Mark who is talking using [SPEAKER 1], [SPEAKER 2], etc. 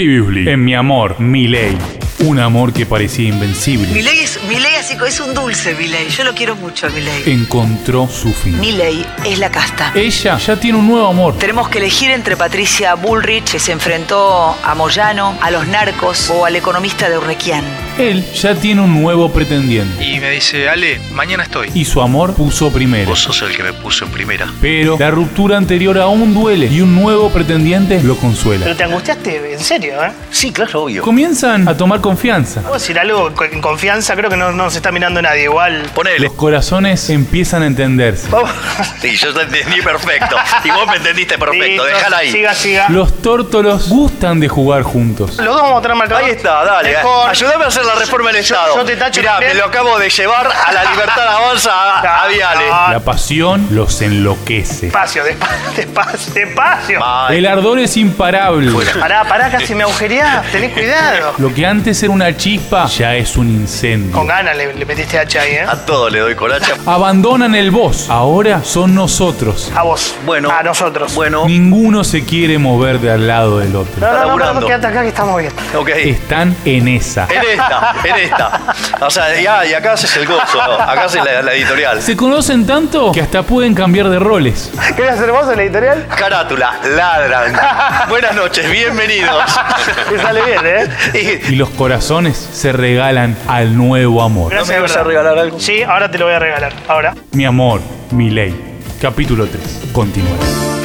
[SPEAKER 1] Previously, en mi amor, Miley. Un amor que parecía invencible.
[SPEAKER 2] Milei es, Milei así, es un dulce Milei. Yo lo quiero mucho a Milei.
[SPEAKER 1] Encontró su fin.
[SPEAKER 2] Milei es la casta.
[SPEAKER 1] Ella ya tiene un nuevo amor.
[SPEAKER 2] Tenemos que elegir entre Patricia Bullrich, que se enfrentó a Moyano, a los narcos o al economista de Urrequián.
[SPEAKER 1] Él ya tiene un nuevo pretendiente.
[SPEAKER 3] Y me dice, Ale, mañana estoy.
[SPEAKER 1] Y su amor puso primero.
[SPEAKER 3] Vos sos el que me puso en primera.
[SPEAKER 1] Pero la ruptura anterior aún duele y un nuevo pretendiente lo consuela.
[SPEAKER 4] Pero te angustiaste, en serio, ¿eh?
[SPEAKER 3] Sí, claro, obvio.
[SPEAKER 1] Comienzan a tomar confianza.
[SPEAKER 4] Puedo decir algo co- en confianza, creo que no, no se está mirando nadie igual.
[SPEAKER 3] Ponele.
[SPEAKER 1] Los corazones empiezan a entenderse.
[SPEAKER 4] Vamos.
[SPEAKER 3] Sí, yo te entendí perfecto. Y vos me entendiste perfecto.
[SPEAKER 4] Listo,
[SPEAKER 3] Déjala ahí.
[SPEAKER 4] Siga, siga.
[SPEAKER 1] Los tórtolos gustan de jugar juntos.
[SPEAKER 4] Los dos vamos a traer marcador.
[SPEAKER 3] Ahí está, dale.
[SPEAKER 4] Mejor.
[SPEAKER 3] Ayúdame a hacer la reforma del
[SPEAKER 4] Yo-
[SPEAKER 3] Estado.
[SPEAKER 4] yo te tacho
[SPEAKER 3] Mirá,
[SPEAKER 4] también.
[SPEAKER 3] me lo acabo de llevar a la libertad avanza a, a Viale.
[SPEAKER 4] Ah,
[SPEAKER 1] La pasión los enloquece.
[SPEAKER 4] Despacio, despacio, despacio, despacio.
[SPEAKER 3] Ay,
[SPEAKER 1] El ardor es imparable.
[SPEAKER 4] Pará, pará, casi me agujereás. Tenés cuidado.
[SPEAKER 1] Lo que antes era una chispa ya es un incendio.
[SPEAKER 4] Con ganas le, le metiste hacha ahí, ¿eh?
[SPEAKER 3] a todo le doy coracha.
[SPEAKER 1] Abandonan el vos. Ahora son nosotros.
[SPEAKER 4] A vos.
[SPEAKER 3] Bueno.
[SPEAKER 4] A nosotros.
[SPEAKER 3] Bueno,
[SPEAKER 1] Ninguno se quiere mover de al lado del otro.
[SPEAKER 4] No, no, no,
[SPEAKER 3] laburando.
[SPEAKER 4] no, quédate acá que estamos bien.
[SPEAKER 3] ok.
[SPEAKER 1] Están en esa.
[SPEAKER 3] En esta, en esta. O sea, y, ah, y acá haces el gozo, ¿no? acá haces la, la editorial.
[SPEAKER 1] Se conocen tanto que hasta pueden cambiar de roles.
[SPEAKER 4] ¿Querés hacer vos en la editorial?
[SPEAKER 3] Carátula, ladran. Buenas noches, bienvenidos.
[SPEAKER 4] Te sale bien, ¿eh?
[SPEAKER 3] Y-
[SPEAKER 1] Y los corazones se regalan al nuevo amor.
[SPEAKER 4] Gracias,
[SPEAKER 3] vas a
[SPEAKER 4] verdad.
[SPEAKER 3] regalar algo?
[SPEAKER 4] Sí, ahora te lo voy a regalar. Ahora.
[SPEAKER 1] Mi amor, mi ley. Capítulo 3. Continúa.